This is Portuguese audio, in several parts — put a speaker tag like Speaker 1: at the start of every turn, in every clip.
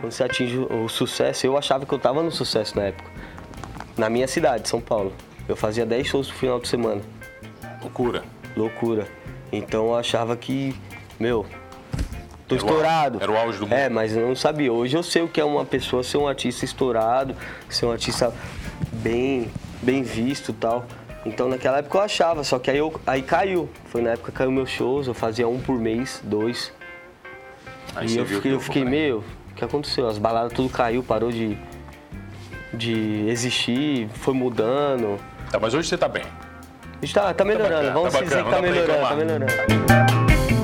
Speaker 1: Quando você atinge o sucesso, eu achava que eu tava no sucesso na época. Na minha cidade, São Paulo. Eu fazia 10 shows no final de semana.
Speaker 2: Loucura.
Speaker 1: Loucura. Então eu achava que, meu, tô
Speaker 2: Era o au-
Speaker 1: estourado.
Speaker 2: era o auge do mundo.
Speaker 1: É, mas eu não sabia. Hoje eu sei o que é uma pessoa ser um artista estourado, ser um artista bem, bem visto e tal. Então naquela época eu achava, só que aí, eu, aí caiu. Foi na época que caiu meus shows, eu fazia um por mês, dois.
Speaker 2: Aí
Speaker 1: e
Speaker 2: você
Speaker 1: eu
Speaker 2: viu
Speaker 1: fiquei,
Speaker 2: que
Speaker 1: eu fiquei meio, o que aconteceu? As baladas tudo caiu, parou de, de existir, foi mudando.
Speaker 2: Tá, mas hoje você tá bem.
Speaker 1: A gente tá, tá melhorando,
Speaker 2: bacana,
Speaker 1: vamos
Speaker 2: tá
Speaker 1: dizer que tá
Speaker 2: bacana, não dá pra
Speaker 1: melhorando, tá melhorando.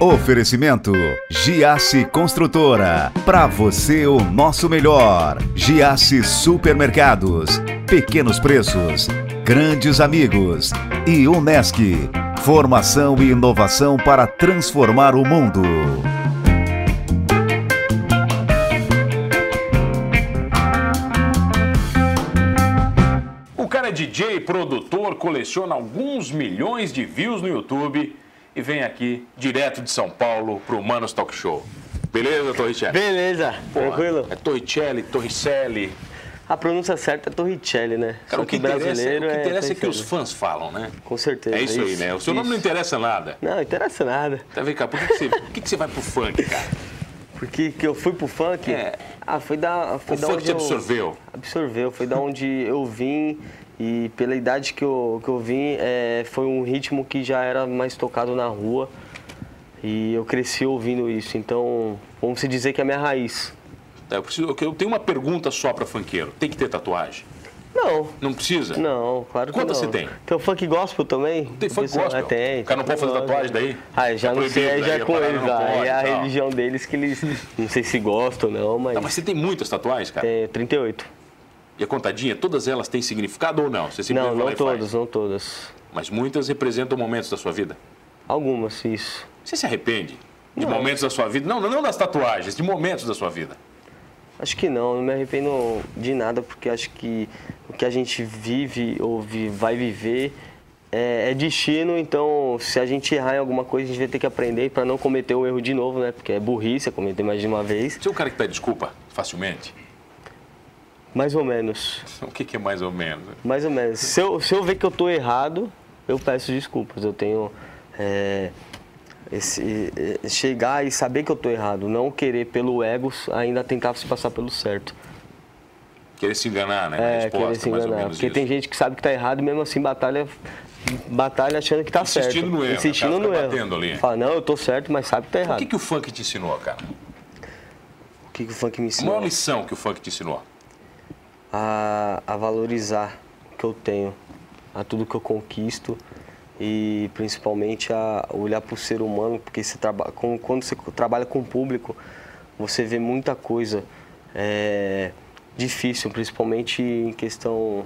Speaker 3: Oferecimento Giasse Construtora. Para você o nosso melhor. Giasse Supermercados. Pequenos preços, grandes amigos e Unesc. Formação e inovação para transformar o mundo.
Speaker 2: O cara é DJ, produtor, coleciona alguns milhões de views no YouTube e vem aqui direto de São Paulo pro Manos Talk Show. Beleza, Torricelli?
Speaker 1: Beleza, tranquilo?
Speaker 2: É Torricelli, Torricelli.
Speaker 1: A pronúncia certa é Torricelli, né?
Speaker 2: Cara, o que interessa, o que interessa é que os
Speaker 1: Torricelli.
Speaker 2: fãs falam, né?
Speaker 1: Com certeza.
Speaker 2: É isso aí, né? O seu nome não
Speaker 1: isso.
Speaker 2: interessa nada.
Speaker 1: Não, interessa nada.
Speaker 2: Tá vendo, cara? Por que, que você, por que que você vai pro funk, cara?
Speaker 1: Porque que eu fui pro funk.
Speaker 2: É.
Speaker 1: Ah, foi da. Foi
Speaker 2: O
Speaker 1: da
Speaker 2: funk
Speaker 1: onde
Speaker 2: te
Speaker 1: eu-
Speaker 2: absorveu.
Speaker 1: Absorveu, foi da onde eu vim. E pela idade que eu, que eu vim, é, foi um ritmo que já era mais tocado na rua. E eu cresci ouvindo isso. Então, vamos se dizer que é a minha raiz.
Speaker 2: Tá, Eu, preciso- eu tenho uma pergunta só pra funkeiro. Tem que ter tatuagem?
Speaker 1: Não,
Speaker 2: Não precisa?
Speaker 1: Não, claro que
Speaker 2: Quantas
Speaker 1: não.
Speaker 2: você tem?
Speaker 1: Tem o funk gospel também?
Speaker 2: Tem funk
Speaker 1: Pessoal,
Speaker 2: gospel?
Speaker 1: é, tem.
Speaker 2: O cara não pode fazer tatuagem daí?
Speaker 1: Ah, já
Speaker 2: É
Speaker 1: não sei,
Speaker 2: proibido,
Speaker 1: aí já
Speaker 2: daí
Speaker 1: é
Speaker 2: a
Speaker 1: com
Speaker 2: parada
Speaker 1: eles
Speaker 2: não
Speaker 1: lá.
Speaker 2: pode
Speaker 1: É
Speaker 2: e
Speaker 1: a
Speaker 2: tal.
Speaker 1: religião deles que eles. Não sei se gostam ou não, mas. é
Speaker 2: Tá, mas você tem muitas tatuagens, cara?
Speaker 1: Tem 38.
Speaker 2: E a contadinha, todas elas têm significado ou não? Você simplesmente
Speaker 1: Não,
Speaker 2: vai lá
Speaker 1: não
Speaker 2: e faz.
Speaker 1: todas, não todas.
Speaker 2: Mas muitas representam momentos da sua vida.
Speaker 1: Algumas, isso.
Speaker 2: Você se arrepende de momentos da sua vida? Não, não, não das tatuagens, de momentos da sua vida.
Speaker 1: Acho que não, não me arrependo de nada, porque acho que o que a gente vive ou vi- vai viver é, é destino, então se a gente errar em alguma coisa, a gente vai ter que aprender para não cometer o erro de novo, né? Porque é burrice, é cometer mais de uma vez.
Speaker 2: Você é um cara que pede desculpa facilmente?
Speaker 1: Mais ou menos.
Speaker 2: O que, que é mais ou menos?
Speaker 1: Mais ou menos. Se eu, se eu ver que eu tô errado, eu peço desculpas. Eu tenho. é, esse, é, chegar e saber que eu tô errado. Não querer pelo ego ainda tentar se passar pelo certo.
Speaker 2: Querer se enganar, né?
Speaker 1: É,
Speaker 2: resposta,
Speaker 1: querer se
Speaker 2: mais ou
Speaker 1: enganar.
Speaker 2: menos
Speaker 1: Porque
Speaker 2: isso.
Speaker 1: tem gente que sabe que tá errado e mesmo assim batalha, batalha achando que tá
Speaker 2: Insistindo
Speaker 1: certo.
Speaker 2: no erro, né?
Speaker 1: Insistindo
Speaker 2: O cara
Speaker 1: no
Speaker 2: fica
Speaker 1: erro.
Speaker 2: batendo ali.
Speaker 1: Fala, não, eu tô certo, mas sabe que tá
Speaker 2: O
Speaker 1: errado.
Speaker 2: que, que o funk te ensinou, cara?
Speaker 1: O que, que o funk me
Speaker 2: A
Speaker 1: ensinou?
Speaker 2: maior lição que o funk te ensinou.
Speaker 1: a, a valorizar o que eu tenho, a tudo que eu conquisto e principalmente a olhar para o ser humano, porque você traba, com- quando você trabalha com o público, você vê muita coisa é, difícil, principalmente em questão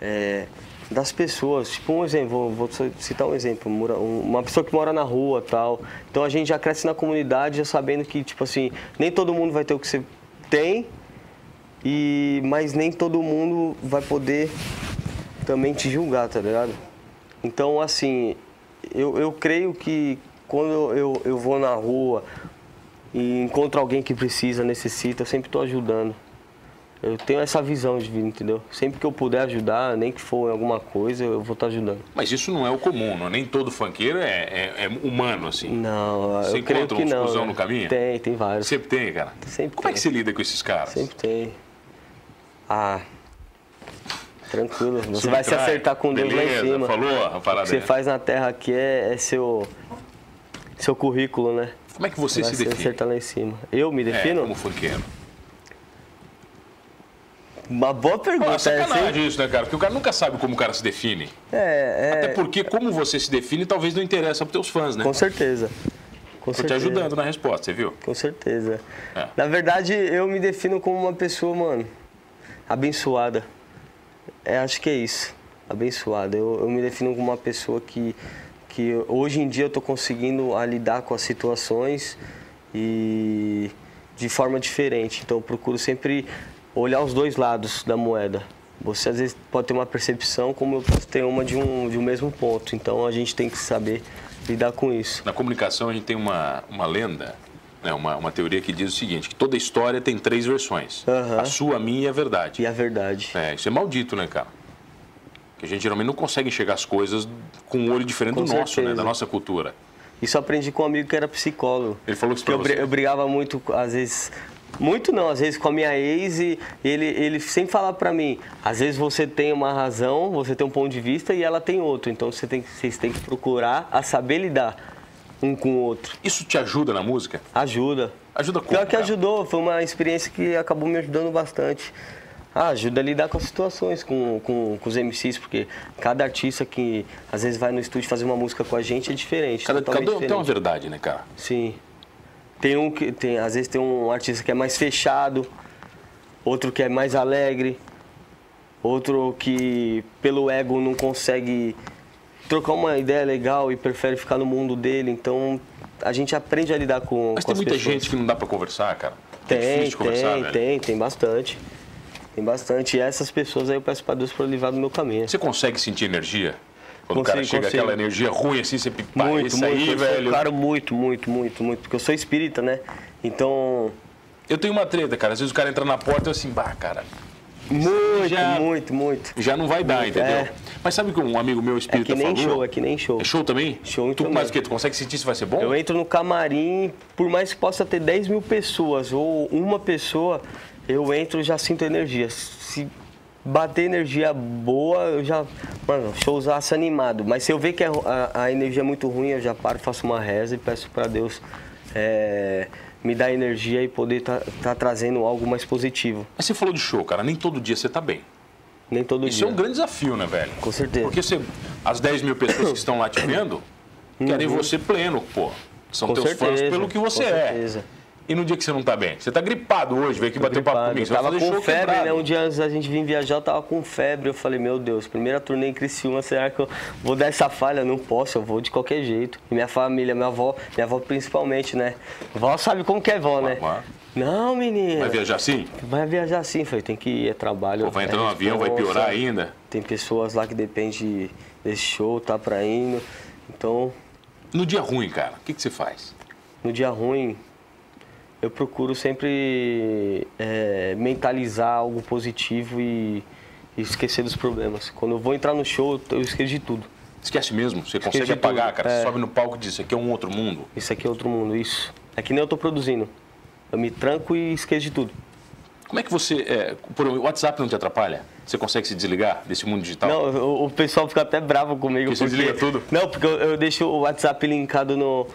Speaker 1: é, das pessoas. Tipo um exemplo, vou, vou citar um exemplo, mora- um- uma pessoa que mora na rua tal. Então a gente já cresce na comunidade já sabendo que, tipo assim, nem todo mundo vai ter o que você tem, e mas nem todo mundo vai poder também te julgar, tá ligado? Então, assim, eu, eu creio que quando eu, eu, eu vou na rua e encontro alguém que precisa, necessita, eu sempre tô ajudando. Eu tenho essa visão de vida, entendeu? Sempre que eu puder ajudar, nem que for em alguma coisa, eu vou estar ajudando.
Speaker 2: Mas isso não é o comum, não é? nem todo funkeiro é, é- é humano,
Speaker 1: Hum.
Speaker 2: assim.
Speaker 1: Não,
Speaker 2: Você
Speaker 1: eu creio
Speaker 2: encontra
Speaker 1: que
Speaker 2: uns
Speaker 1: não.
Speaker 2: cuzão
Speaker 1: né?
Speaker 2: no caminho?
Speaker 1: Tem, tem vários.
Speaker 2: Sempre tem, cara.
Speaker 1: Sempre
Speaker 2: Como é
Speaker 1: tem.
Speaker 2: que você lida com esses caras?
Speaker 1: Sempre tem. Ah. Tranquilo, você
Speaker 2: Subtrai.
Speaker 1: vai se acertar com Deus lá
Speaker 2: Beleza,
Speaker 1: em cima.
Speaker 2: falou a
Speaker 1: O que
Speaker 2: parada.
Speaker 1: você
Speaker 2: né?
Speaker 1: faz na terra aqui é, é seu, seu currículo, né?
Speaker 2: Como é que você
Speaker 1: vai
Speaker 2: se define?
Speaker 1: acertar lá em cima. Eu me
Speaker 2: É,
Speaker 1: defino?
Speaker 2: como funkeiro.
Speaker 1: Uma boa pergunta
Speaker 2: Pô, é
Speaker 1: essa, hein?
Speaker 2: sacanagem isso, né, cara? Porque o cara nunca sabe como o cara se define.
Speaker 1: É,
Speaker 2: Até
Speaker 1: é,
Speaker 2: porque como você se define talvez não interessa pros teus fãs, né?
Speaker 1: com certeza. Com
Speaker 2: Tô te
Speaker 1: certeza.
Speaker 2: ajudando na resposta, você viu?
Speaker 1: Com certeza.
Speaker 2: É.
Speaker 1: Na verdade, eu me defino como uma pessoa, mano, abençoada. É, acho que é isso. Abençoada. Eu, eu me defino como uma pessoa que, que hoje em dia eu tô conseguindo a lidar com as situações e de forma diferente. Então eu procuro sempre olhar os dois lados da moeda. Você às vezes pode ter uma percepção como eu posso ter uma de um, de um mesmo ponto. Então a gente tem que saber lidar com isso.
Speaker 2: Na comunicação a gente tem uma, uma lenda, né, uma, uma teoria que diz o seguinte, que toda história tem três versões.
Speaker 1: Aham.
Speaker 2: A sua, a minha e a verdade.
Speaker 1: E a verdade.
Speaker 2: É, isso é maldito, né, cara? Que a gente geralmente não consegue enxergar as coisas com um olho diferente
Speaker 1: Com
Speaker 2: do nosso, né?
Speaker 1: certeza.
Speaker 2: Da nossa cultura.
Speaker 1: Isso eu aprendi com um amigo que era psicólogo.
Speaker 2: Ele falou isso
Speaker 1: Que
Speaker 2: pra
Speaker 1: eu, bri-
Speaker 2: você?
Speaker 1: eu brigava muito, às vezes. Muito não, às vezes com a minha ex e ele, ele sempre falava pra mim, às vezes você tem uma razão, você tem um ponto de vista e ela tem outro. Então você tem, que- vocês têm que procurar a saber lidar um com o outro.
Speaker 2: Isso te ajuda na música?
Speaker 1: Ajuda.
Speaker 2: Ajuda como?
Speaker 1: Pior que
Speaker 2: cara?
Speaker 1: ajudou, foi uma experiência que acabou me ajudando bastante. Ah, ajuda a lidar com as situações, com, com, com os MCs, porque cada artista que às vezes vai no estúdio fazer uma música com a gente é diferente.
Speaker 2: Cada,
Speaker 1: totalmente
Speaker 2: cada um tem uma
Speaker 1: diferente.
Speaker 2: verdade, né, cara?
Speaker 1: Sim. Tem um que tem, às vezes tem um artista que é mais fechado, outro que é mais alegre, outro que pelo ego não consegue trocar uma ideia legal e prefere ficar no mundo dele. Então a gente aprende a lidar com,
Speaker 2: Mas
Speaker 1: com
Speaker 2: tem
Speaker 1: as
Speaker 2: muita
Speaker 1: pessoas.
Speaker 2: gente que não dá pra conversar, cara.
Speaker 1: Tem,
Speaker 2: é difícil de conversar,
Speaker 1: tem,
Speaker 2: velho.
Speaker 1: tem, tem bastante. Tem bastante. E essas pessoas aí eu peço pra Deus pra eu livrar do meu caminho.
Speaker 2: Você consegue sentir energia? Quando o
Speaker 1: Consigo,
Speaker 2: cara chega
Speaker 1: consigo.
Speaker 2: aquela energia ruim assim, você pipa,
Speaker 1: muito,
Speaker 2: isso aí,
Speaker 1: muito. eu sou um
Speaker 2: velho.
Speaker 1: cara muito, muito, muito, muito. Porque eu sou espírita, né? Então,
Speaker 2: Eu tenho uma treta, cara. Às vezes o cara entra na porta e eu assim, bah, cara,
Speaker 1: muito,
Speaker 2: Já-
Speaker 1: muito, muito.
Speaker 2: já não vai dar, entendeu?
Speaker 1: é.
Speaker 2: Mas sabe o que um amigo meu
Speaker 1: É
Speaker 2: espírita
Speaker 1: que nem
Speaker 2: falou?
Speaker 1: show, é que nem show.
Speaker 2: É show também?
Speaker 1: Show
Speaker 2: tu,
Speaker 1: também.
Speaker 2: Mas o quê? Tu consegue sentir se vai ser bom?
Speaker 1: Eu entro no camarim, por mais que possa ter 10 mil pessoas ou uma pessoa, eu entro e já sinto energia. Se bater energia boa, eu já. Mano, showzaço animado. Mas se eu ver que a, a- a energia é muito ruim, eu já paro, faço uma reza e peço pra Deus é, me dar energia e poder estar trazendo algo mais positivo.
Speaker 2: Mas você falou de show, cara. Nem todo dia você tá bem.
Speaker 1: Nem todo
Speaker 2: Isso
Speaker 1: dia.
Speaker 2: é um grande desafio, né, velho?
Speaker 1: Com certeza.
Speaker 2: Porque você, as 10 mil pessoas que estão lá te vendo querem você pleno, pô. São
Speaker 1: Uhum. Com
Speaker 2: teus fãs
Speaker 1: certeza,
Speaker 2: pelo que você
Speaker 1: com
Speaker 2: é.
Speaker 1: certeza.
Speaker 2: E no dia que você não tá bem? Você tá gripado hoje, veio aqui bater um
Speaker 1: gripado.
Speaker 2: papo comigo.
Speaker 1: Eu
Speaker 2: Você vai
Speaker 1: tava
Speaker 2: fazer
Speaker 1: com
Speaker 2: show
Speaker 1: febre,
Speaker 2: quebrado.
Speaker 1: né? Um dia antes da gente vir viajar, eu tava com febre. Eu falei, meu Deus, primeira turnê em Criciúma, será que eu vou dar essa falha? Não posso, eu vou de qualquer jeito. E minha família, minha avó, minha avó principalmente, né? Vó sabe como que é vó, né? É.
Speaker 2: Vó.
Speaker 1: Não, menino.
Speaker 2: Vai viajar assim?
Speaker 1: Vai viajar sim, falei, tem que ir, é trabalho.
Speaker 2: Pô, vai
Speaker 1: é
Speaker 2: entrar no avião, vai
Speaker 1: responsa.
Speaker 2: piorar ainda.
Speaker 1: Tem pessoas lá que dependem desse show, tá pra indo. Então,
Speaker 2: No dia ruim, cara, o que, que você faz?
Speaker 1: no dia ruim, eu procuro sempre é, mentalizar algo positivo e, e esquecer dos problemas. Quando eu vou entrar no show, eu esqueço de tudo.
Speaker 2: Esquece mesmo, você consegue
Speaker 1: de
Speaker 2: apagar,
Speaker 1: tudo,
Speaker 2: cara.
Speaker 1: é.
Speaker 2: Você sobe no palco e diz, isso aqui é um outro mundo.
Speaker 1: Isso aqui é outro mundo, isso. É que nem eu tô produzindo. Eu me tranco e esqueço de tudo.
Speaker 2: Como é que você. é, por, o WhatsApp não te atrapalha? Você consegue se desligar desse mundo digital?
Speaker 1: Não, o, o pessoal fica até bravo comigo.
Speaker 2: Porque você desliga tudo?
Speaker 1: Não, porque eu, eu deixo o WhatsApp linkado no,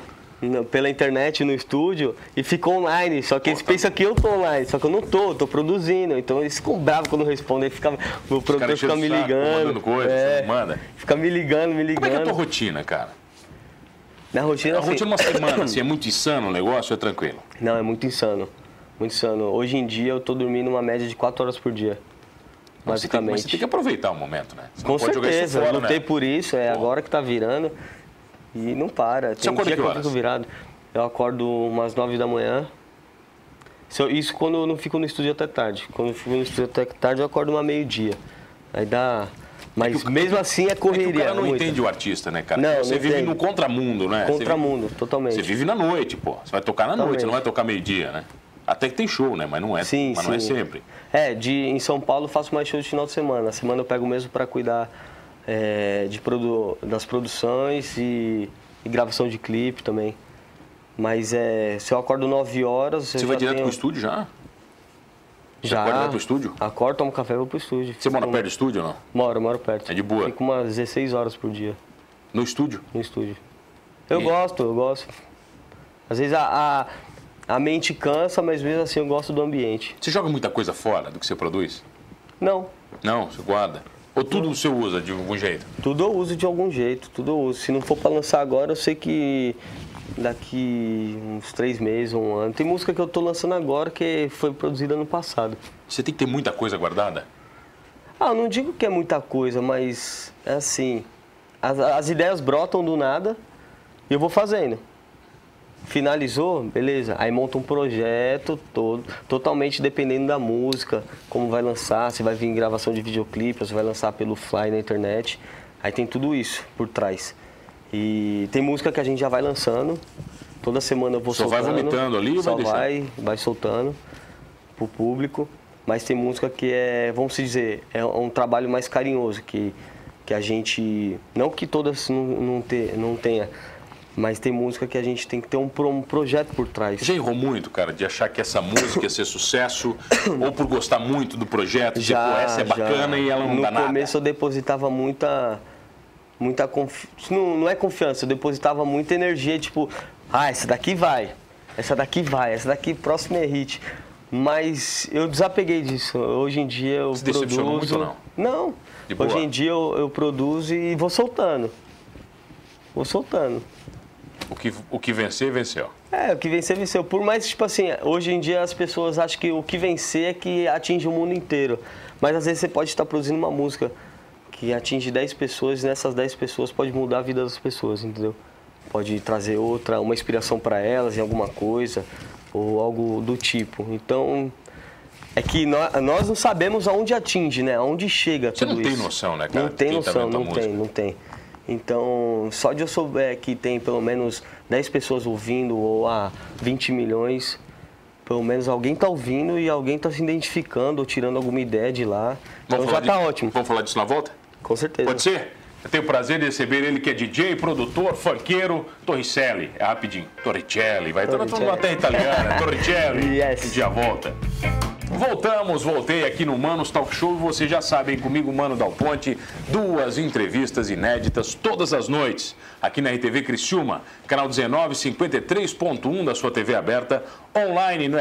Speaker 1: no- pela internet, no estúdio, e fica online. Só que eles pensam que eu tô online, só que eu não tô, eu tô produzindo. Então eles ficam bravos quando eu respondo, aí fica, o produtor
Speaker 2: enchendo
Speaker 1: fica tá
Speaker 2: o
Speaker 1: me
Speaker 2: saco,
Speaker 1: ligando. É.
Speaker 2: mandando coisa, você não manda.
Speaker 1: Fica me ligando, me ligando.
Speaker 2: Como é que é a tua rotina, cara?
Speaker 1: Na rotina,
Speaker 2: A
Speaker 1: assim,
Speaker 2: rotina é uma semana, assim, é muito insano o negócio, é tranquilo.
Speaker 1: Não, é muito insano. Muito insano. Hoje em dia eu tô dormindo uma média de 4 horas por dia.
Speaker 2: Mas você tem-
Speaker 1: Basicamente.
Speaker 2: Mas você tem que aproveitar o momento, né? Você
Speaker 1: Com
Speaker 2: não pode jogar isso
Speaker 1: certeza,
Speaker 2: fora,
Speaker 1: eu lutei
Speaker 2: né?
Speaker 1: por isso, é agora que tá virando. E não para. Tem
Speaker 2: acorda
Speaker 1: dia
Speaker 2: é que
Speaker 1: que eu
Speaker 2: horas?
Speaker 1: fico virado. Eu acordo umas 9 da manhã. Se eu- Isso quando eu não fico no estúdio até tarde. Quando eu fico no estúdio até tarde, eu acordo uma meio-dia. Aí dá. Mas mesmo assim é
Speaker 2: É que
Speaker 1: correria.
Speaker 2: o cara não
Speaker 1: muita.
Speaker 2: entende o artista, né, cara?
Speaker 1: Não,
Speaker 2: você
Speaker 1: não
Speaker 2: vive
Speaker 1: entende.
Speaker 2: no contramundo, né? Você vive-
Speaker 1: Contramundo, totalmente.
Speaker 2: Você vive na noite, pô. Você vai tocar na noite,
Speaker 1: Totalmente.
Speaker 2: você não vai tocar meio-dia, né? Até que tem show, né? Mas não é,
Speaker 1: Sim,
Speaker 2: mas não é
Speaker 1: sim.
Speaker 2: sempre.
Speaker 1: É, de, em São Paulo eu faço mais show de final de semana. Na semana eu pego mesmo para cuidar é, de produ- das produções e, e gravação de clipe também. Mas é, se eu acordo 9 horas.
Speaker 2: Você vai direto pro estúdio já?
Speaker 1: Já.
Speaker 2: acorda e vai pro estúdio?
Speaker 1: Acordo, tomo café e vou pro estúdio.
Speaker 2: Você mora
Speaker 1: Fico-
Speaker 2: perto do estúdio ou não?
Speaker 1: Moro, moro perto.
Speaker 2: É de boa?
Speaker 1: Fico umas 16 horas por dia
Speaker 2: No estúdio?
Speaker 1: no estúdio. Eu
Speaker 2: E-
Speaker 1: gosto, eu gosto. Às vezes a, a, a mente cansa, mas mesmo assim eu gosto do ambiente.
Speaker 2: Você joga muita coisa fora do que você produz?
Speaker 1: Não,
Speaker 2: Não, você guarda.
Speaker 1: Uhum.
Speaker 2: Ou tudo você usa de algum jeito?
Speaker 1: Tudo eu uso de algum jeito, tudo eu uso. Se não for pra lançar agora, eu sei que daqui uns três meses, um ano. Tem música que eu tô lançando agora que foi produzida ano passado.
Speaker 2: Você tem que ter muita coisa guardada?
Speaker 1: Ah, eu não digo que é muita coisa, mas é assim. As, as ideias brotam do nada e eu vou fazendo. Finalizou, beleza. Aí monta um projeto todo, totalmente dependendo da música, como vai lançar, se vai vir em gravação de videoclipe, ou se vai lançar pelo Fly na internet. Aí tem tudo isso por trás. E tem música que a gente já vai lançando. Toda semana eu vou
Speaker 2: Só vai
Speaker 1: soltando.
Speaker 2: vomitando ali ou vai
Speaker 1: Só
Speaker 2: deixando?
Speaker 1: vai, vai soltando pro público. Mas tem música que é, vamos se dizer, é um trabalho mais carinhoso, que, que a gente. Não que todas não, não, te, não tenha, mas tem música que a gente tem que ter um, pro- um projeto por trás.
Speaker 2: Já errou muito, cara, de achar que essa música ia ser sucesso, ou por gostar muito do projeto, de pô, essa é
Speaker 1: já.
Speaker 2: bacana e ela não
Speaker 1: no
Speaker 2: dá nada.
Speaker 1: começo eu depositava muita. Muita confi... não, não é confiança, eu depositava muita energia, tipo, ah, essa daqui vai, essa daqui vai, essa daqui próxima é hit. Mas eu desapeguei disso. Hoje em dia eu
Speaker 2: Se
Speaker 1: produzo.
Speaker 2: decepcionou muito ou
Speaker 1: Não.
Speaker 2: De boa.
Speaker 1: Hoje em dia eu, eu produzo e vou soltando. Vou soltando.
Speaker 2: O que, o que vencer, venceu.
Speaker 1: É, o que vencer, venceu. Por mais, tipo assim, hoje em dia as pessoas acham que o que vencer é que atinge o mundo inteiro. Mas às vezes você pode estar produzindo uma música que atinge 10 pessoas e nessas 10 pessoas pode mudar a vida das pessoas, entendeu? Pode trazer outra, uma inspiração para elas em alguma coisa ou algo do tipo. Então, é que nó- nós, não sabemos aonde atinge, né? Aonde chega
Speaker 2: Você
Speaker 1: tudo
Speaker 2: não tem
Speaker 1: isso.
Speaker 2: noção, né, cara,
Speaker 1: Não
Speaker 2: de
Speaker 1: tem
Speaker 2: quem tá
Speaker 1: noção,
Speaker 2: vendo
Speaker 1: não
Speaker 2: tua
Speaker 1: tem, não tem. Então, só de eu souber que tem pelo menos 10 pessoas ouvindo ou a 20 milhões, pelo menos alguém tá ouvindo e alguém tá se identificando ou tirando alguma ideia de lá. Então já
Speaker 2: falar
Speaker 1: tá
Speaker 2: de-
Speaker 1: ótimo,
Speaker 2: Vamos falar disso na volta?
Speaker 1: com certeza.
Speaker 2: Pode ser? Eu tenho o prazer de receber ele que é DJ, produtor, funkeiro, Torricelli. É rapidinho. Torricelli, vai toda
Speaker 1: Torricelli.
Speaker 2: até italiana. Torricelli.
Speaker 1: Yes.
Speaker 2: E já volta. Voltamos, voltei aqui no Manos Talk Show. Vocês já sabem comigo, Mano Dal Ponte, duas entrevistas inéditas todas as noites, aqui na RTV Criciúma, canal 1953.1 da sua TV aberta, online no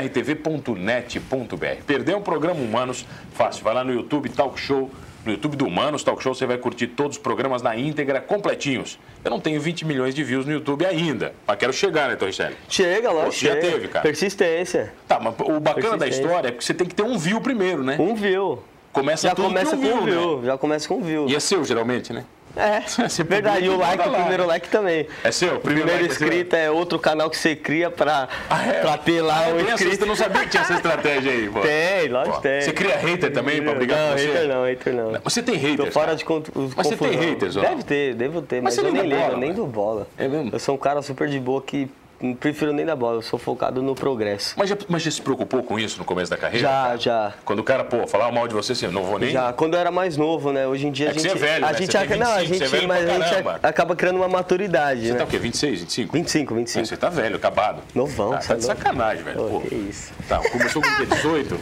Speaker 2: rtv.net.br. Perdeu o programa Humanos? Fácil, vai lá no YouTube Talk Show, no YouTube do Humanos Talk Show, você vai curtir todos os programas na íntegra, completinhos. Eu não tenho 20 milhões de views no YouTube ainda, mas quero chegar, né, Torricelli?
Speaker 1: Chega lá,
Speaker 2: Você já
Speaker 1: chega.
Speaker 2: teve, cara.
Speaker 1: Persistência.
Speaker 2: Tá, mas o bacana da
Speaker 1: Persistência.
Speaker 2: história é que você tem que ter um view primeiro, né?
Speaker 1: Um view.
Speaker 2: Começa
Speaker 1: Já
Speaker 2: tudo
Speaker 1: começa
Speaker 2: com
Speaker 1: com um
Speaker 2: né?
Speaker 1: view, já começa com um view.
Speaker 2: E é seu, geralmente, né? Você
Speaker 1: É, verdade. E o
Speaker 2: publica
Speaker 1: like,
Speaker 2: e manda
Speaker 1: o
Speaker 2: lá.
Speaker 1: primeiro like também.
Speaker 2: É seu, primeiro
Speaker 1: Primeiro
Speaker 2: like é seu.
Speaker 1: inscrito é outro canal que você cria pra,
Speaker 2: Ah, é?
Speaker 1: pra ter lá o
Speaker 2: Tem essa,
Speaker 1: inscrito.
Speaker 2: eu não sabia que tinha essa estratégia aí, pô.
Speaker 1: Tem, lógico
Speaker 2: Pô,
Speaker 1: que tem.
Speaker 2: Você cria hater também pra brigar
Speaker 1: não,
Speaker 2: com você?
Speaker 1: hater não, hater não.
Speaker 2: Você tem hater.
Speaker 1: Tô fora de conto, os
Speaker 2: Mas você tem
Speaker 1: confusão.
Speaker 2: haters, ó.
Speaker 1: Deve ter, devo ter,
Speaker 2: Mas
Speaker 1: mas,
Speaker 2: você
Speaker 1: eu
Speaker 2: nem
Speaker 1: nem
Speaker 2: dá
Speaker 1: ligo,
Speaker 2: bola,
Speaker 1: nem
Speaker 2: né?
Speaker 1: dou bola.
Speaker 2: É mesmo?
Speaker 1: Eu sou um cara super de boa que não prefiro nem dar bola, eu sou focado no progresso.
Speaker 2: Mas já, mas já se preocupou com isso no começo da carreira?
Speaker 1: Já, já.
Speaker 2: Quando o cara, pô, falar mal de você, assim, eu não vou nem...
Speaker 1: Já, quando eu era mais novo, né? Hoje em dia
Speaker 2: É
Speaker 1: a
Speaker 2: que
Speaker 1: gente.
Speaker 2: você é velho,
Speaker 1: a
Speaker 2: né?
Speaker 1: gente
Speaker 2: Você
Speaker 1: ac-
Speaker 2: tem
Speaker 1: não, a
Speaker 2: 25,
Speaker 1: gente,
Speaker 2: você é velho
Speaker 1: mas
Speaker 2: pra
Speaker 1: a gente
Speaker 2: caramba.
Speaker 1: ac- acaba criando uma maturidade,
Speaker 2: Você
Speaker 1: né?
Speaker 2: tá o quê? 26, 25?
Speaker 1: 25, 25.
Speaker 2: Você tá velho, acabado.
Speaker 1: Novão,
Speaker 2: Ah,
Speaker 1: cê
Speaker 2: tá
Speaker 1: é
Speaker 2: de
Speaker 1: louco.
Speaker 2: sacanagem, velho.
Speaker 1: Ô,
Speaker 2: pô.
Speaker 1: que isso.
Speaker 2: Tá, começou com o quê? 18?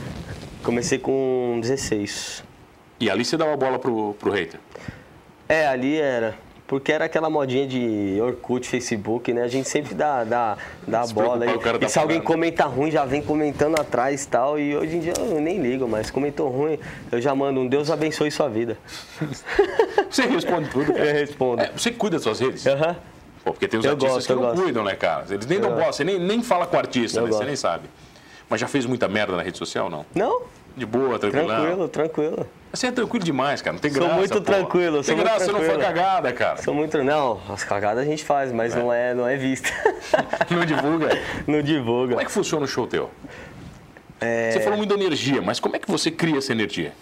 Speaker 1: Comecei com 16.
Speaker 2: E ali você dava bola pro, pro hater.
Speaker 1: É, ali era. Porque era aquela modinha de Orkut, Facebook, né? A gente sempre dá, dá, dá
Speaker 2: Se
Speaker 1: bola.
Speaker 2: preocupar, o cara
Speaker 1: E,
Speaker 2: tá
Speaker 1: e se alguém
Speaker 2: falando.
Speaker 1: comenta ruim, já vem comentando atrás e tal. E hoje em dia eu nem ligo, mas comentou ruim, eu já mando um Deus abençoe sua vida.
Speaker 2: Você responde tudo, cara.
Speaker 1: Eu respondo.
Speaker 2: É, você cuida das suas redes?
Speaker 1: Aham.
Speaker 2: Pô, porque tem os
Speaker 1: Eu
Speaker 2: artistas
Speaker 1: gosto,
Speaker 2: que
Speaker 1: eu
Speaker 2: não
Speaker 1: gosto.
Speaker 2: cuidam, né, cara? Eles nem dão bola, você nem, nem fala com o artista,
Speaker 1: Eu
Speaker 2: né? Você
Speaker 1: gosto.
Speaker 2: nem sabe. Mas já fez muita merda na rede social, não?
Speaker 1: Não?
Speaker 2: De boa, tranquilão.
Speaker 1: Tranquilo, tranquilo.
Speaker 2: Você é tranquilo demais, cara. Não tem
Speaker 1: Sou
Speaker 2: graça.
Speaker 1: muito
Speaker 2: pô.
Speaker 1: tranquilo,
Speaker 2: Não
Speaker 1: sou
Speaker 2: Tem
Speaker 1: muito
Speaker 2: graça, você não foi
Speaker 1: tranquilo.
Speaker 2: cagada, cara.
Speaker 1: Sou muito. Não, as cagadas a gente faz, mas não é, não é vista.
Speaker 2: Não divulga.
Speaker 1: não
Speaker 2: Como
Speaker 1: divulga.
Speaker 2: é que funciona o show teu?
Speaker 1: É,
Speaker 2: Você falou muito da energia, mas como é que você cria essa energia?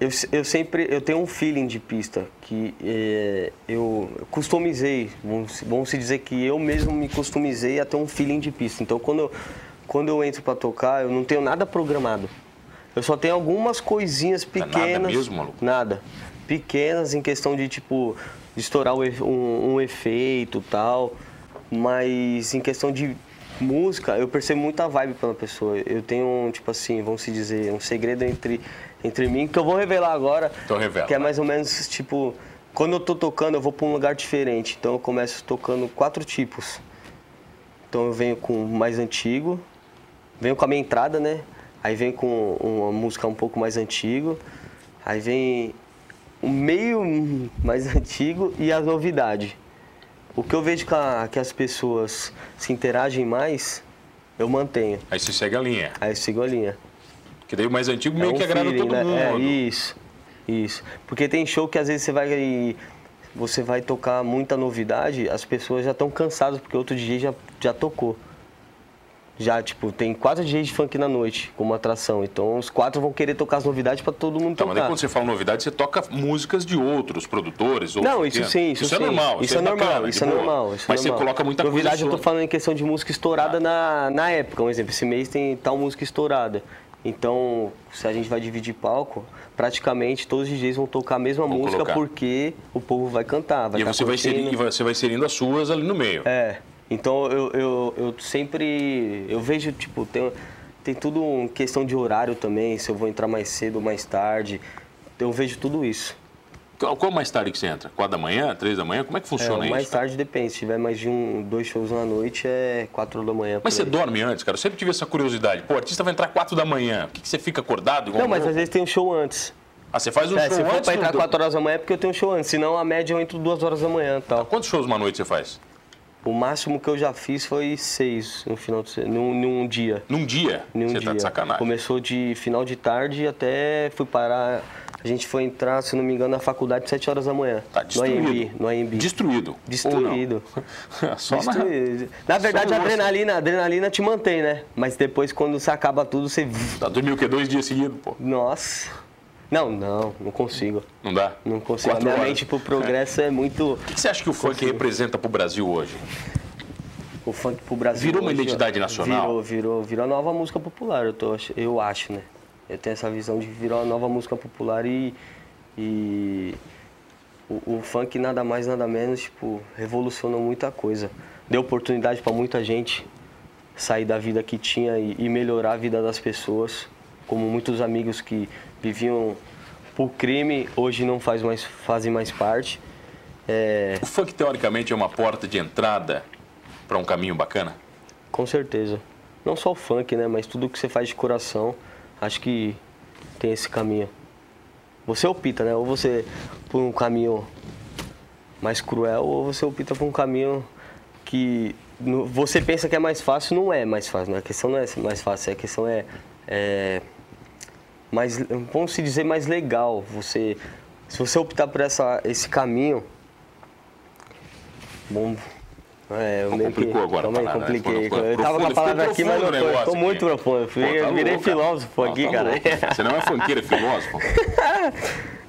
Speaker 1: Eu, se- eu sempre eu tenho um feeling de pista que é, eu customizei, vamos, se- vamos se dizer que eu mesmo me customizei a ter um feeling de pista. Então quando eu, quando eu entro pra tocar, eu não tenho nada programado. Eu só tenho algumas coisinhas
Speaker 2: é nada
Speaker 1: pequenas.
Speaker 2: mesmo, maluco?
Speaker 1: Nada. Pequenas em questão de tipo de estourar o efe- um, um efeito tal, mas em questão de música eu percebo muita vibe pela pessoa. Eu tenho um tipo assim, vamos se dizer, um segredo entre entre mim que eu vou revelar agora.
Speaker 2: Então revela.
Speaker 1: Que é mais ou menos tipo quando eu tô tocando eu vou pra um lugar diferente. Então eu começo tocando quatro tipos. Então eu venho com o mais antigo, venho com a minha entrada, né? Aí vem com uma música um pouco mais antigo, aí vem o meio mais antigo e as novidades. O que eu vejo que, a- que as pessoas se interagem mais, eu mantenho.
Speaker 2: Aí você segue a linha.
Speaker 1: Aí eu sigo a linha.
Speaker 2: Que daí o mais antigo meio
Speaker 1: É um
Speaker 2: que agrada
Speaker 1: feeling,
Speaker 2: todo
Speaker 1: né?
Speaker 2: mundo.
Speaker 1: É, isso, isso. Porque tem show que às vezes você vai, você vai tocar muita novidade, as pessoas já estão cansadas porque outro DJ já, já tocou. Já, tipo, tem quatro DJs de funk na noite como atração. Então os quatro vão querer tocar as novidades pra todo mundo
Speaker 2: Tá, mas
Speaker 1: tocar.
Speaker 2: aí quando você fala novidade, você toca músicas de outros produtores? Ou
Speaker 1: Não, isso sim, isso,
Speaker 2: Isso é
Speaker 1: sim.
Speaker 2: normal.
Speaker 1: Isso, é, normal,
Speaker 2: bacana, de
Speaker 1: isso é
Speaker 2: boa.
Speaker 1: normal. isso é
Speaker 2: Mas você
Speaker 1: normal.
Speaker 2: coloca muita
Speaker 1: Novidade,
Speaker 2: coisa. Ah.
Speaker 1: eu tô
Speaker 2: sua.
Speaker 1: falando em questão de música estourada na, na época. Um exemplo, esse mês tem tal música estourada. Então, se a gente vai dividir palco, praticamente todos os DJs vão tocar a mesma
Speaker 2: Vão
Speaker 1: música
Speaker 2: colocar.
Speaker 1: porque o povo vai cantar, vai
Speaker 2: E
Speaker 1: tá
Speaker 2: aí você vai,
Speaker 1: curtindo.
Speaker 2: inserindo, e você vai inserindo as suas ali no meio.
Speaker 1: É. Então eu, eu, eu sempre. Eu vejo, tipo, tem, tem tudo um questão de horário também, se eu vou entrar mais cedo ou mais tarde. Eu vejo tudo isso.
Speaker 2: Qual qual mais tarde que você entra? 4 da manhã? 3 da manhã? Como é que
Speaker 1: É,
Speaker 2: funciona
Speaker 1: mais
Speaker 2: isso?
Speaker 1: tarde depende. Se tiver mais de um, dois shows na noite, é quatro da manhã.
Speaker 2: Mas
Speaker 1: por
Speaker 2: você
Speaker 1: aí.
Speaker 2: dorme antes, cara? Eu sempre tive essa curiosidade. Pô, o artista vai entrar 4 da manhã. O que, que você fica acordado? Igual
Speaker 1: Não, mas
Speaker 2: um
Speaker 1: às
Speaker 2: louco?
Speaker 1: vezes tem um show antes.
Speaker 2: Ah, você faz um
Speaker 1: É,
Speaker 2: show
Speaker 1: se for
Speaker 2: antes
Speaker 1: pra entrar
Speaker 2: do-
Speaker 1: 4 horas da manhã é porque eu tenho um show antes, senão a média eu entro duas horas da manhã e tal.
Speaker 2: Quantos shows uma noite você faz?
Speaker 1: O máximo que eu já fiz foi seis no final de se- num, num dia.
Speaker 2: Num dia?
Speaker 1: Nenhum
Speaker 2: você
Speaker 1: dia.
Speaker 2: tá de sacanagem.
Speaker 1: Começou de final de tarde até fui parar. A gente foi entrar, se não me engano, na faculdade às 7 horas da manhã.
Speaker 2: Tá destruído.
Speaker 1: No AMB. No AMB.
Speaker 2: Destruído.
Speaker 1: Destruído.
Speaker 2: Ou não? Só na-
Speaker 1: Destruído. Na verdade,
Speaker 2: Só um
Speaker 1: a
Speaker 2: no osso.
Speaker 1: adrenalina, a adrenalina te mantém, né? Mas depois, quando você acaba tudo, você.
Speaker 2: Tá, dormiu o quê? Dois dias seguidos, pô.
Speaker 1: Nossa. Não, não, não consigo.
Speaker 2: Não dá?
Speaker 1: Não consigo. A
Speaker 2: Quatro
Speaker 1: minha
Speaker 2: horas.
Speaker 1: mente pro progresso é muito.
Speaker 2: O que você acha que o funk representa pro Brasil hoje?
Speaker 1: O funk pro Brasil.
Speaker 2: Virou uma
Speaker 1: hoje, ó,
Speaker 2: identidade nacional?
Speaker 1: Virou, virou, virou a nova música popular, eu, tô, ach- eu acho, né? Eu tenho essa visão de virou a nova música popular e. e o, o funk nada mais, nada menos, tipo, revolucionou muita coisa. Deu oportunidade pra muita gente sair da vida que tinha e, e melhorar a vida das pessoas. Como muitos amigos que viviam por crime, hoje não faz mais, fazem mais parte. É,
Speaker 2: O funk, teoricamente, é uma porta de entrada pra um caminho bacana?
Speaker 1: Com certeza. Não só o funk, né? Mas tudo que você faz de coração, acho que tem esse caminho. Você opta, né? Ou você por um caminho mais cruel, ou você opta por um caminho que no- você pensa que é mais fácil, não é mais fácil. né? A questão não é mais fácil, a questão é, é mais, vamos se dizer, mais legal. Você, se você optar por essa, esse caminho, bom. É, eu
Speaker 2: Então
Speaker 1: meio
Speaker 2: complicou agora a
Speaker 1: Calma aí,
Speaker 2: parada, né?
Speaker 1: compliquei.
Speaker 2: Ficou
Speaker 1: eu tava com a
Speaker 2: profundo,
Speaker 1: palavra
Speaker 2: ficou
Speaker 1: aqui, mas não
Speaker 2: profundo o
Speaker 1: foi. Ficou
Speaker 2: tá um negócio
Speaker 1: muito
Speaker 2: aqui.
Speaker 1: profundo. Eu
Speaker 2: Pô, tá
Speaker 1: virei
Speaker 2: louco, cara.
Speaker 1: filósofo
Speaker 2: Ah,
Speaker 1: aqui,
Speaker 2: tá
Speaker 1: cara.
Speaker 2: louco. Você não é funkeiro, é filósofo?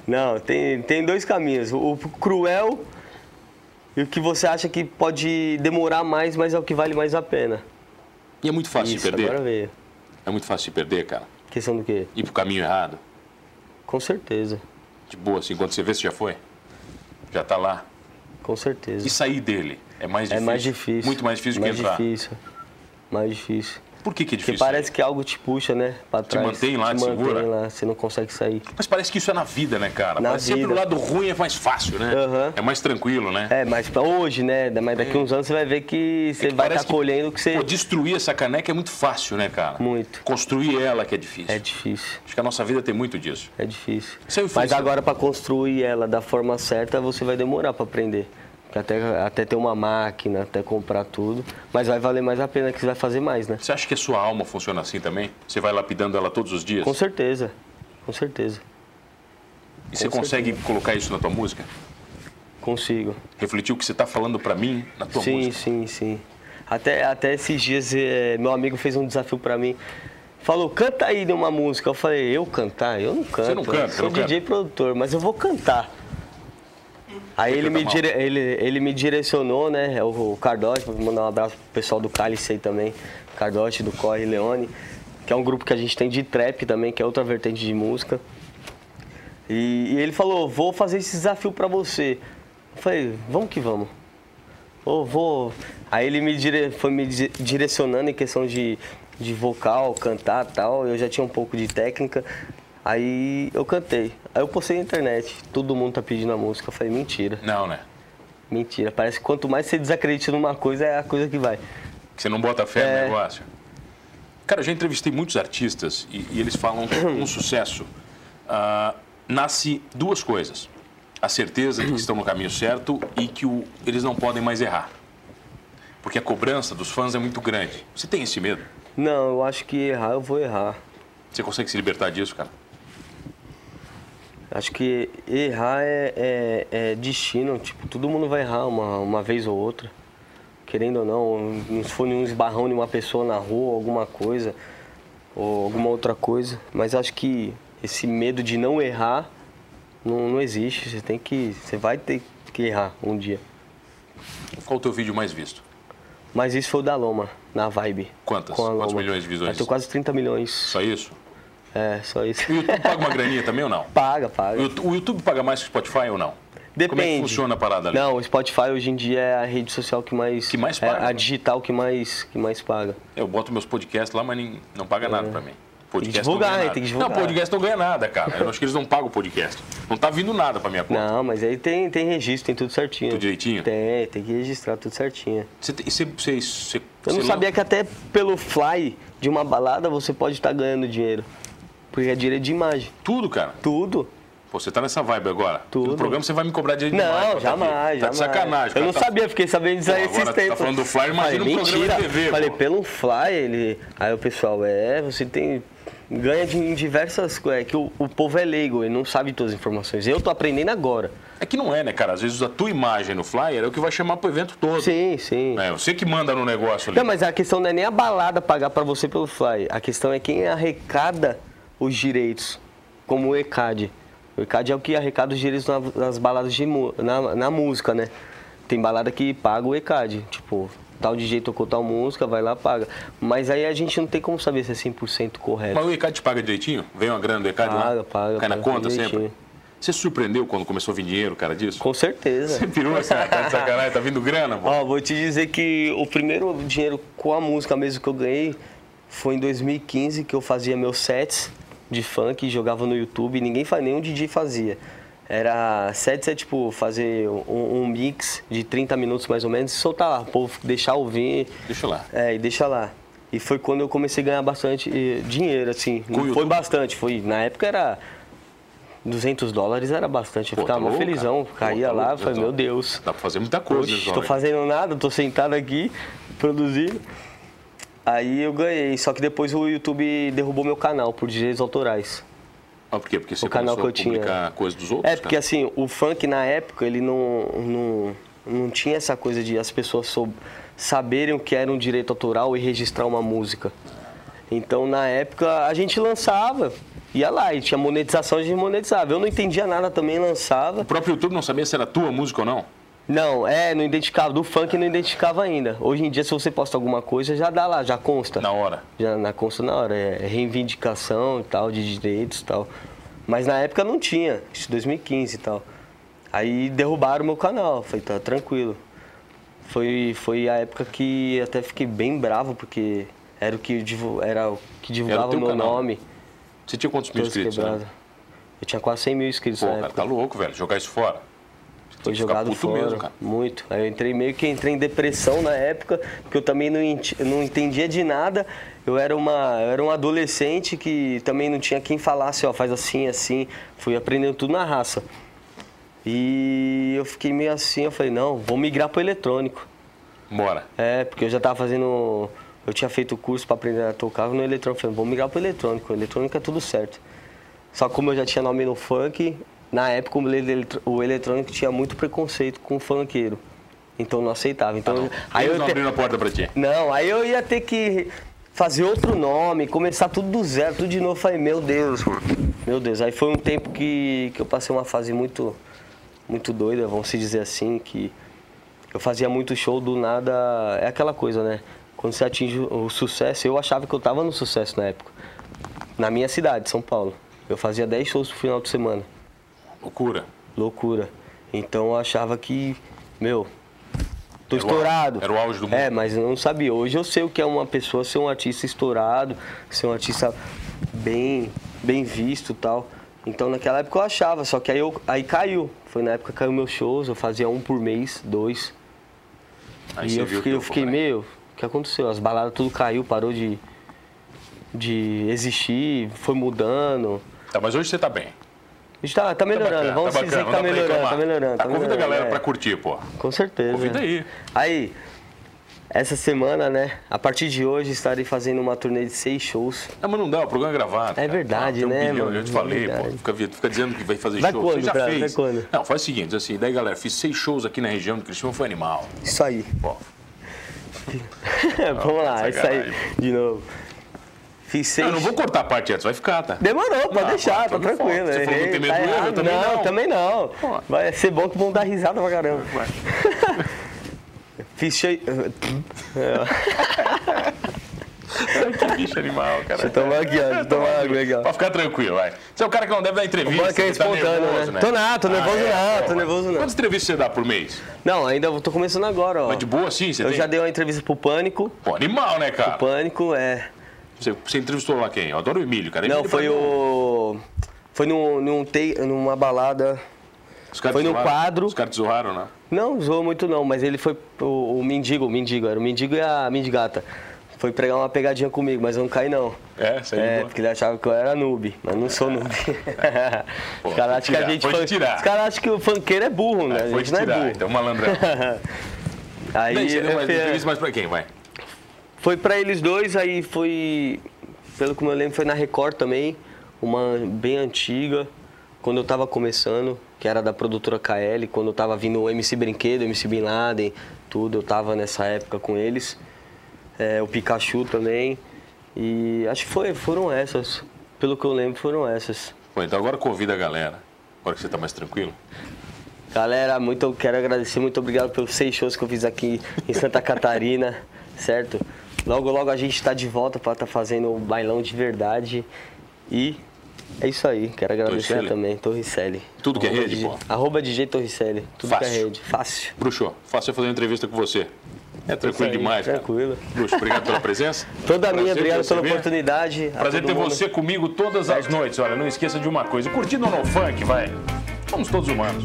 Speaker 1: Não, tem, tem dois caminhos. O, o cruel e o que você acha que pode demorar mais, mas é o que vale mais a pena.
Speaker 2: E é muito fácil
Speaker 1: Isso,
Speaker 2: de perder.
Speaker 1: agora veio.
Speaker 2: É muito fácil de perder, cara.
Speaker 1: Questão do quê?
Speaker 2: Ir pro caminho errado.
Speaker 1: Com certeza.
Speaker 2: De boa, assim, quando você vê, você já foi. Já tá lá.
Speaker 1: Com certeza.
Speaker 2: E sair dele é mais
Speaker 1: é
Speaker 2: difícil.
Speaker 1: mais difícil.
Speaker 2: Muito mais difícil
Speaker 1: mais
Speaker 2: que entrar.
Speaker 1: difícil. Mais difícil.
Speaker 2: Por que, que é difícil?
Speaker 1: Porque parece que algo te puxa, né? Pra trás.
Speaker 2: mantém lá,
Speaker 1: te
Speaker 2: te
Speaker 1: mantém
Speaker 2: segura.
Speaker 1: lá, você não consegue sair.
Speaker 2: Mas parece que isso é na vida, né, cara?
Speaker 1: Na
Speaker 2: parece sempre o
Speaker 1: vida.
Speaker 2: lado ruim é mais fácil, né?
Speaker 1: Aham.
Speaker 2: É mais tranquilo, né?
Speaker 1: É, mas pra hoje, né? da- Mas daqui uns anos você vai ver que você
Speaker 2: É. que
Speaker 1: vai estar
Speaker 2: parece
Speaker 1: tá
Speaker 2: que-
Speaker 1: colhendo o que você.
Speaker 2: Pô, destruir essa caneca é muito fácil, né, cara?
Speaker 1: Muito.
Speaker 2: Construir ela que é difícil.
Speaker 1: É difícil.
Speaker 2: Acho que a nossa vida tem muito disso.
Speaker 1: É difícil.
Speaker 2: Isso aí foi
Speaker 1: Mas
Speaker 2: isso.
Speaker 1: agora pra construir ela da forma certa, você vai demorar pra aprender. Porque Até, até ter uma máquina, até comprar tudo. Mas vai valer mais a pena que você vai fazer mais, né?
Speaker 2: Você acha que a sua alma funciona assim também? Você vai lapidando ela todos os dias?
Speaker 1: Com certeza. Com certeza.
Speaker 2: e você consegue colocar isso na tua música?
Speaker 1: Consigo.
Speaker 2: Refletir o que você tá falando pra mim na tua
Speaker 1: Sim,
Speaker 2: música?
Speaker 1: sim, sim. Até, até esses dias, eh, meu amigo fez um desafio pra mim. Falou, canta aí de uma música. Eu falei, eu cantar? Eu não canto.
Speaker 2: não canta,
Speaker 1: eu
Speaker 2: você
Speaker 1: sou
Speaker 2: não canta.
Speaker 1: DJ produtor, mas eu vou cantar. Aí ele
Speaker 2: canta
Speaker 1: me,
Speaker 2: mal.
Speaker 1: dire- ele, ele me direcionou, né? O, o Cardote, vou mandar um abraço pro pessoal do Cálice aí também. Cardote, do Corre Leone, que é um grupo que a gente tem de trap também, que é outra vertente de música. E, e ele falou, vou fazer esse desafio pra você. Eu falei, vamos que vamos. Ô, vou. Aí ele me dire- foi me di- direcionando em questão de, de vocal, cantar tal. Eu já tinha um pouco de técnica. Aí eu cantei. Aí eu postei na internet. Todo mundo tá pedindo a música. Eu falei, mentira,
Speaker 2: Não, né?
Speaker 1: mentira. Parece que quanto mais você desacredita numa coisa, é a coisa que vai.
Speaker 2: Que você não bota fé
Speaker 1: É.
Speaker 2: no negócio. Cara, eu já entrevistei muitos artistas e, e eles falam que um sucesso ah, nasce duas coisas. A certeza de que estão no caminho certo e que o- eles não podem mais errar. Porque a cobrança dos fãs é muito grande. Você tem esse medo?
Speaker 1: Não, eu acho que errar, eu vou errar.
Speaker 2: Você consegue se libertar disso, cara?
Speaker 1: Acho que errar é, é- é destino. Tipo, todo mundo vai errar uma, uma vez ou outra. Que querendo ou não, não foi nenhum esbarrão de uma pessoa na rua, alguma coisa, ou alguma outra coisa. Mas acho que esse medo de não errar não, não existe. Você tem que. Você vai ter que errar um dia.
Speaker 2: Qual o teu vídeo mais visto?
Speaker 1: Mas isso foi o da Loma, na Vibe.
Speaker 2: Quantas?
Speaker 1: a
Speaker 2: Quantos
Speaker 1: Loma.
Speaker 2: milhões de visões?
Speaker 1: Eu tô quase 30 milhões.
Speaker 2: Só isso?
Speaker 1: É, só isso.
Speaker 2: O YouTube paga uma graninha também ou não?
Speaker 1: Paga,
Speaker 2: O
Speaker 1: paga.
Speaker 2: YouTube- O YouTube paga mais que o Spotify ou não?
Speaker 1: Depende.
Speaker 2: Como é que funciona a parada ali?
Speaker 1: Não, o Spotify hoje em dia é a rede social que mais.
Speaker 2: Que mais
Speaker 1: é
Speaker 2: paga,
Speaker 1: a
Speaker 2: né?
Speaker 1: digital que mais, que mais paga.
Speaker 2: Eu boto meus podcasts lá, mas nem- não paga nada pra mim. Podcast
Speaker 1: divulgar,
Speaker 2: não ganha
Speaker 1: né?
Speaker 2: nada.
Speaker 1: Tem que divulgar.
Speaker 2: Não, podcast não ganha nada, cara. Eu acho que eles não pagam o podcast. Não tá vindo nada pra minha conta.
Speaker 1: Não, mas aí tem, tem registro, tem tudo certinho.
Speaker 2: Tudo direitinho?
Speaker 1: Tem, tem que registrar tudo certinho.
Speaker 2: Você, tem- você, você, você,
Speaker 1: Eu não
Speaker 2: você
Speaker 1: sabia
Speaker 2: lan-
Speaker 1: que até pelo fly de uma balada você pode estar ganhando dinheiro. Porque é direito de imagem.
Speaker 2: Tudo, cara.
Speaker 1: Tudo.
Speaker 2: Pô, você tá nessa vibe agora.
Speaker 1: Tudo.
Speaker 2: No programa você vai me cobrar dinheiro
Speaker 1: Não,
Speaker 2: demais pra tá aqui.
Speaker 1: jamais,
Speaker 2: Tá de
Speaker 1: jamais.
Speaker 2: sacanagem.
Speaker 1: Eu
Speaker 2: cara.
Speaker 1: não
Speaker 2: Tá-
Speaker 1: sabia, fiquei sabendo disso aí
Speaker 2: Pô,
Speaker 1: esses
Speaker 2: agora tu tá
Speaker 1: tempos.
Speaker 2: falando do Fly, imagina
Speaker 1: Falei,
Speaker 2: um programa
Speaker 1: mentira.
Speaker 2: de TV,
Speaker 1: Falei,
Speaker 2: pô.
Speaker 1: pelo Fly, ele... Aí o pessoal, é, você tem... Ganha de- em diversas coisas. É que o, o povo é leigo, ele não sabe todas as informações. Eu tô aprendendo agora.
Speaker 2: É que não é, né, cara? Às vezes a tua imagem no flyer é o que vai chamar pro evento todo.
Speaker 1: Sim, sim.
Speaker 2: É, você que manda no negócio ali.
Speaker 1: Não, mas a questão não é nem a balada pagar pra você pelo Fly. A questão é quem arrecada os direitos, como o ECAD. O ECAD é o que arrecada os direitos na- nas baladas de mu- na, na música, né? Tem balada que paga o ECAD. Tipo, tal DJ tocou tal música, vai lá, paga. Mas aí a gente não tem como saber se é 100% correto.
Speaker 2: Mas o ECAD te paga direitinho? Vem uma grana do ECAD lá?
Speaker 1: Paga, paga,
Speaker 2: Cai na
Speaker 1: paga
Speaker 2: conta sempre?
Speaker 1: direitinho.
Speaker 2: Você se surpreendeu quando começou a vir dinheiro, cara, disso?
Speaker 1: Com certeza.
Speaker 2: Você pirou, cara? Tá de sacanagem, tá vindo grana, pô.
Speaker 1: Ó, vou te dizer que o primeiro dinheiro com a música mesmo que eu ganhei foi em 2015, que eu fazia meus sets de funk, jogava no YouTube, ninguém faz, nenhum DJ fazia. Era sets, é tipo, fazer um, um mix de 30 minutos mais ou menos e soltar lá, o povo deixar ouvir.
Speaker 2: Deixa lá.
Speaker 1: É, e deixa lá. E foi quando eu comecei a ganhar bastante eh, dinheiro, assim.
Speaker 2: o
Speaker 1: Não foi
Speaker 2: YouTube?
Speaker 1: bastante, foi. Na época era. 200 dólares era bastante. Eu
Speaker 2: Pô, tá
Speaker 1: ficava mó
Speaker 2: louco,
Speaker 1: felizão.
Speaker 2: cara.
Speaker 1: Caía
Speaker 2: Pô, tá
Speaker 1: lá,
Speaker 2: louco, Tá
Speaker 1: falei,
Speaker 2: Deus
Speaker 1: meu
Speaker 2: do-
Speaker 1: Deus.
Speaker 2: Dá pra fazer muita coisa,
Speaker 1: Oxe,
Speaker 2: Zona.
Speaker 1: tô fazendo nada, tô sentado aqui, produzindo. Aí eu ganhei, só que depois o YouTube derrubou meu canal por direitos autorais.
Speaker 2: Ah, por quê? Porque você
Speaker 1: O canal
Speaker 2: começou
Speaker 1: que eu
Speaker 2: a
Speaker 1: tinha.
Speaker 2: publicar coisa dos outros?
Speaker 1: É, porque
Speaker 2: cara?
Speaker 1: assim, o funk na época, ele não, não, não tinha essa coisa de as pessoas sou- saberem o que era um direito autoral e registrar uma música. Então, na época, a gente lançava, ia lá, e tinha monetização, a gente monetizava. Eu não entendia nada também, lançava.
Speaker 2: O próprio YouTube não sabia se era tua música ou não?
Speaker 1: Não, é, não identificava. Do funk não identificava ainda. Hoje em dia, se você posta alguma coisa, já dá lá, já consta.
Speaker 2: Na hora.
Speaker 1: Já na consta na hora. É reivindicação e tal, de direitos e tal. Mas na época não tinha, isso em 2015 e tal. Aí derrubaram meu canal, falei, tá tranquilo. Foi, foi a época que até fiquei bem bravo, porque era o que, divu- era o que divulgava
Speaker 2: teu
Speaker 1: o meu
Speaker 2: canal,
Speaker 1: nome.
Speaker 2: Você tinha quantos mil
Speaker 1: Todos
Speaker 2: inscritos?
Speaker 1: quebrados.
Speaker 2: Né?
Speaker 1: Eu tinha quase 100 mil inscritos
Speaker 2: Pô,
Speaker 1: na
Speaker 2: cara,
Speaker 1: época.
Speaker 2: tá louco, velho. Jogar isso fora.
Speaker 1: Foi
Speaker 2: que ficar
Speaker 1: jogado
Speaker 2: puto
Speaker 1: fora,
Speaker 2: mesmo, cara.
Speaker 1: muito. Aí eu entrei meio que entrei em depressão na época, porque eu também não, ent- não entendia de nada. Eu era, uma, eu era um adolescente que também não tinha quem falasse, ó, faz assim, assim. Fui aprendendo tudo na raça. E eu fiquei meio assim, eu falei, não, vou migrar pro eletrônico.
Speaker 2: Bora.
Speaker 1: É, porque eu já tava fazendo. Eu tinha feito curso para aprender a tocar no eletrônico. Falei, vou migrar pro eletrônico. Eletrônico é tudo certo. Só que como eu já tinha nome no funk, na época o eletro- o eletrônico tinha muito preconceito com o funkeiro. Então não aceitava. Então, eu-
Speaker 2: Aí
Speaker 1: aí
Speaker 2: Eles
Speaker 1: eu
Speaker 2: não
Speaker 1: te-
Speaker 2: abriram a porta pra ti.
Speaker 1: não, aí eu ia ter que fazer outro nome, começar tudo do zero, tudo de novo. Falei, meu Deus, mano. Meu Deus, aí foi um tempo que, que eu passei uma fase muito, muito doida, vamos se dizer assim, que eu fazia muito show do nada. É aquela coisa, né? Quando você atinge o o sucesso, eu achava que eu tava no sucesso na época. Na minha cidade, São Paulo. Eu fazia 10 shows por final de semana
Speaker 2: Loucura.
Speaker 1: loucura. Então eu achava que, meu, tô
Speaker 2: Era o au-
Speaker 1: estourado.
Speaker 2: era o auge do mundo.
Speaker 1: É, mas eu não sabia. Hoje eu sei o que é uma pessoa ser um artista estourado, ser um artista bem, bem visto e tal. Então naquela época eu achava, só que aí, eu, aí caiu. Foi na época que caiu meus shows, eu fazia um por mês, dois.
Speaker 2: Aí
Speaker 1: e
Speaker 2: você
Speaker 1: eu
Speaker 2: viu
Speaker 1: fiquei,
Speaker 2: que né?
Speaker 1: eu fiquei
Speaker 2: problema.
Speaker 1: meio, o que aconteceu? As baladas tudo caiu, parou de, de existir, foi mudando.
Speaker 2: Tá, mas hoje você tá bem.
Speaker 1: A gente tá, tá
Speaker 2: Tá
Speaker 1: melhorando,
Speaker 2: bacana,
Speaker 1: vamos
Speaker 2: tá
Speaker 1: dizer
Speaker 2: bacana.
Speaker 1: que
Speaker 2: não
Speaker 1: tá
Speaker 2: dá pra
Speaker 1: melhorando,
Speaker 2: reclamar.
Speaker 1: tá melhorando.
Speaker 2: Tá, convida a galera
Speaker 1: é.
Speaker 2: pra curtir, pô.
Speaker 1: Com certeza.
Speaker 2: Convida aí.
Speaker 1: Aí, essa semana, né? A partir de hoje estarei fazendo uma turnê de seis shows.
Speaker 2: Não, mas não dá, o programa é gravado.
Speaker 1: É
Speaker 2: cara.
Speaker 1: verdade,
Speaker 2: Tem um
Speaker 1: né,
Speaker 2: bilhão,
Speaker 1: mano?
Speaker 2: Eu te
Speaker 1: É
Speaker 2: falei, pô.
Speaker 1: verdade.
Speaker 2: Fica, vi- fica dizendo que vai fazer
Speaker 1: Vai
Speaker 2: show. Você
Speaker 1: quando,
Speaker 2: já
Speaker 1: Prado?
Speaker 2: fez.
Speaker 1: Vai quando?
Speaker 2: Não, faz o seguinte, assim, daí galera, fiz seis shows aqui na região do Cristiano, foi animal.
Speaker 1: Isso aí.
Speaker 2: Pô,
Speaker 1: Vamos lá, isso aí.
Speaker 2: Ah, sacanagem.
Speaker 1: De novo. Fiz seis.
Speaker 2: Eu não vou cortar a parte antes, vai ficar, tá?
Speaker 1: Demorou, pode
Speaker 2: Não,
Speaker 1: deixar, tá
Speaker 2: pode, pode.
Speaker 1: tranquilo.
Speaker 2: Você falou que não tem medo
Speaker 1: tá
Speaker 2: do erro, eu
Speaker 1: errado.
Speaker 2: também não.
Speaker 1: também não.
Speaker 2: Pô.
Speaker 1: Vai ser bom que vão dar risada pra caramba.
Speaker 2: Vai.
Speaker 1: Fiz cheio.
Speaker 2: que bicho animal, cara.
Speaker 1: Deixa eu tomar aqui, ó. Deixa eu tomar água, tá legal.
Speaker 2: Pra ficar tranquilo, vai. Você é o cara que não deve dar entrevista.
Speaker 1: O banco é
Speaker 2: você tá
Speaker 1: espontâneo,
Speaker 2: nervoso, Ah, é,
Speaker 1: né? Tô nada, tô nervoso não, tô
Speaker 2: Pô,
Speaker 1: nervoso não.
Speaker 2: Quantas entrevistas você dá por mês?
Speaker 1: Não, ainda eu tô começando agora, ó.
Speaker 2: Mas de boa, sim? Você
Speaker 1: Eu
Speaker 2: tem?
Speaker 1: já dei uma entrevista pro Pânico.
Speaker 2: Pô, animal, né, cara?
Speaker 1: Pânico é.
Speaker 2: Você, você entrevistou lá quem? Eu adoro o Emílio, cara.
Speaker 1: Não,
Speaker 2: Emílio
Speaker 1: foi
Speaker 2: pra mim,
Speaker 1: o. Foi num, num te- numa balada.
Speaker 2: os caras
Speaker 1: foi no
Speaker 2: zoaram.
Speaker 1: quadro.
Speaker 2: Os caras te zoaram, né?
Speaker 1: Não zoou muito não, mas ele foi o, o mendigo, o mendigo, era o mendigo e a mendigata. Foi pregar uma pegadinha comigo, mas eu não caí não.
Speaker 2: É, saiu de
Speaker 1: É,
Speaker 2: boa.
Speaker 1: porque ele achava que eu era noob, mas não sou noob.
Speaker 2: Pô,
Speaker 1: os caras acham que a
Speaker 2: tirar,
Speaker 1: gente.
Speaker 2: foi
Speaker 1: fan-
Speaker 2: tirar.
Speaker 1: Os caras acham que o funkeiro é burro, né? a
Speaker 2: Foi
Speaker 1: gente
Speaker 2: te
Speaker 1: não é
Speaker 2: tirar,
Speaker 1: burro. é
Speaker 2: então, é, malandrão.
Speaker 1: Aí
Speaker 2: Bem, você deu
Speaker 1: eu
Speaker 2: uma
Speaker 1: fui-
Speaker 2: entrevista mais um pra quem, vai?
Speaker 1: foi pra eles dois, aí foi. Pelo que eu lembro, foi na Record também, uma bem antiga, quando eu tava começando, que era da produtora KL, quando eu tava vindo o MC Brinquedo, MC Bin Laden, tudo, eu tava nessa época com eles. É, o Pikachu também. E acho que foi, foram essas. Pelo que eu lembro, foram essas.
Speaker 2: Pô, então agora convida a galera. Agora que você tá mais tranquilo.
Speaker 1: Galera, muito eu quero agradecer, muito obrigado pelos seis shows que eu fiz aqui em Santa Catarina, certo? Logo, logo a gente tá de volta pra estar fazendo o bailão de verdade. E é isso aí, quero agradecer
Speaker 2: Torricelli?
Speaker 1: também, Torricelli.
Speaker 2: Tudo que é
Speaker 1: Arroba
Speaker 2: rede,
Speaker 1: DJ
Speaker 2: pô.
Speaker 1: Arroba DJ Torricelli, tudo que é
Speaker 2: Fácil.
Speaker 1: rede. Fácil.
Speaker 2: Bruxo, faço eu fazer uma entrevista com você. É tranquilo
Speaker 1: aí,
Speaker 2: demais, cara.
Speaker 1: tranquilo.
Speaker 2: Bruxo, obrigado pela presença.
Speaker 1: Toda
Speaker 2: Prazer
Speaker 1: minha,
Speaker 2: te
Speaker 1: obrigado pela
Speaker 2: receber.
Speaker 1: oportunidade. a
Speaker 2: Prazer
Speaker 1: todo
Speaker 2: ter
Speaker 1: mundo.
Speaker 2: você comigo todas as noites. Olha, não esqueça de uma coisa. Curtindo ou não funk, vai. Somos todos humanos.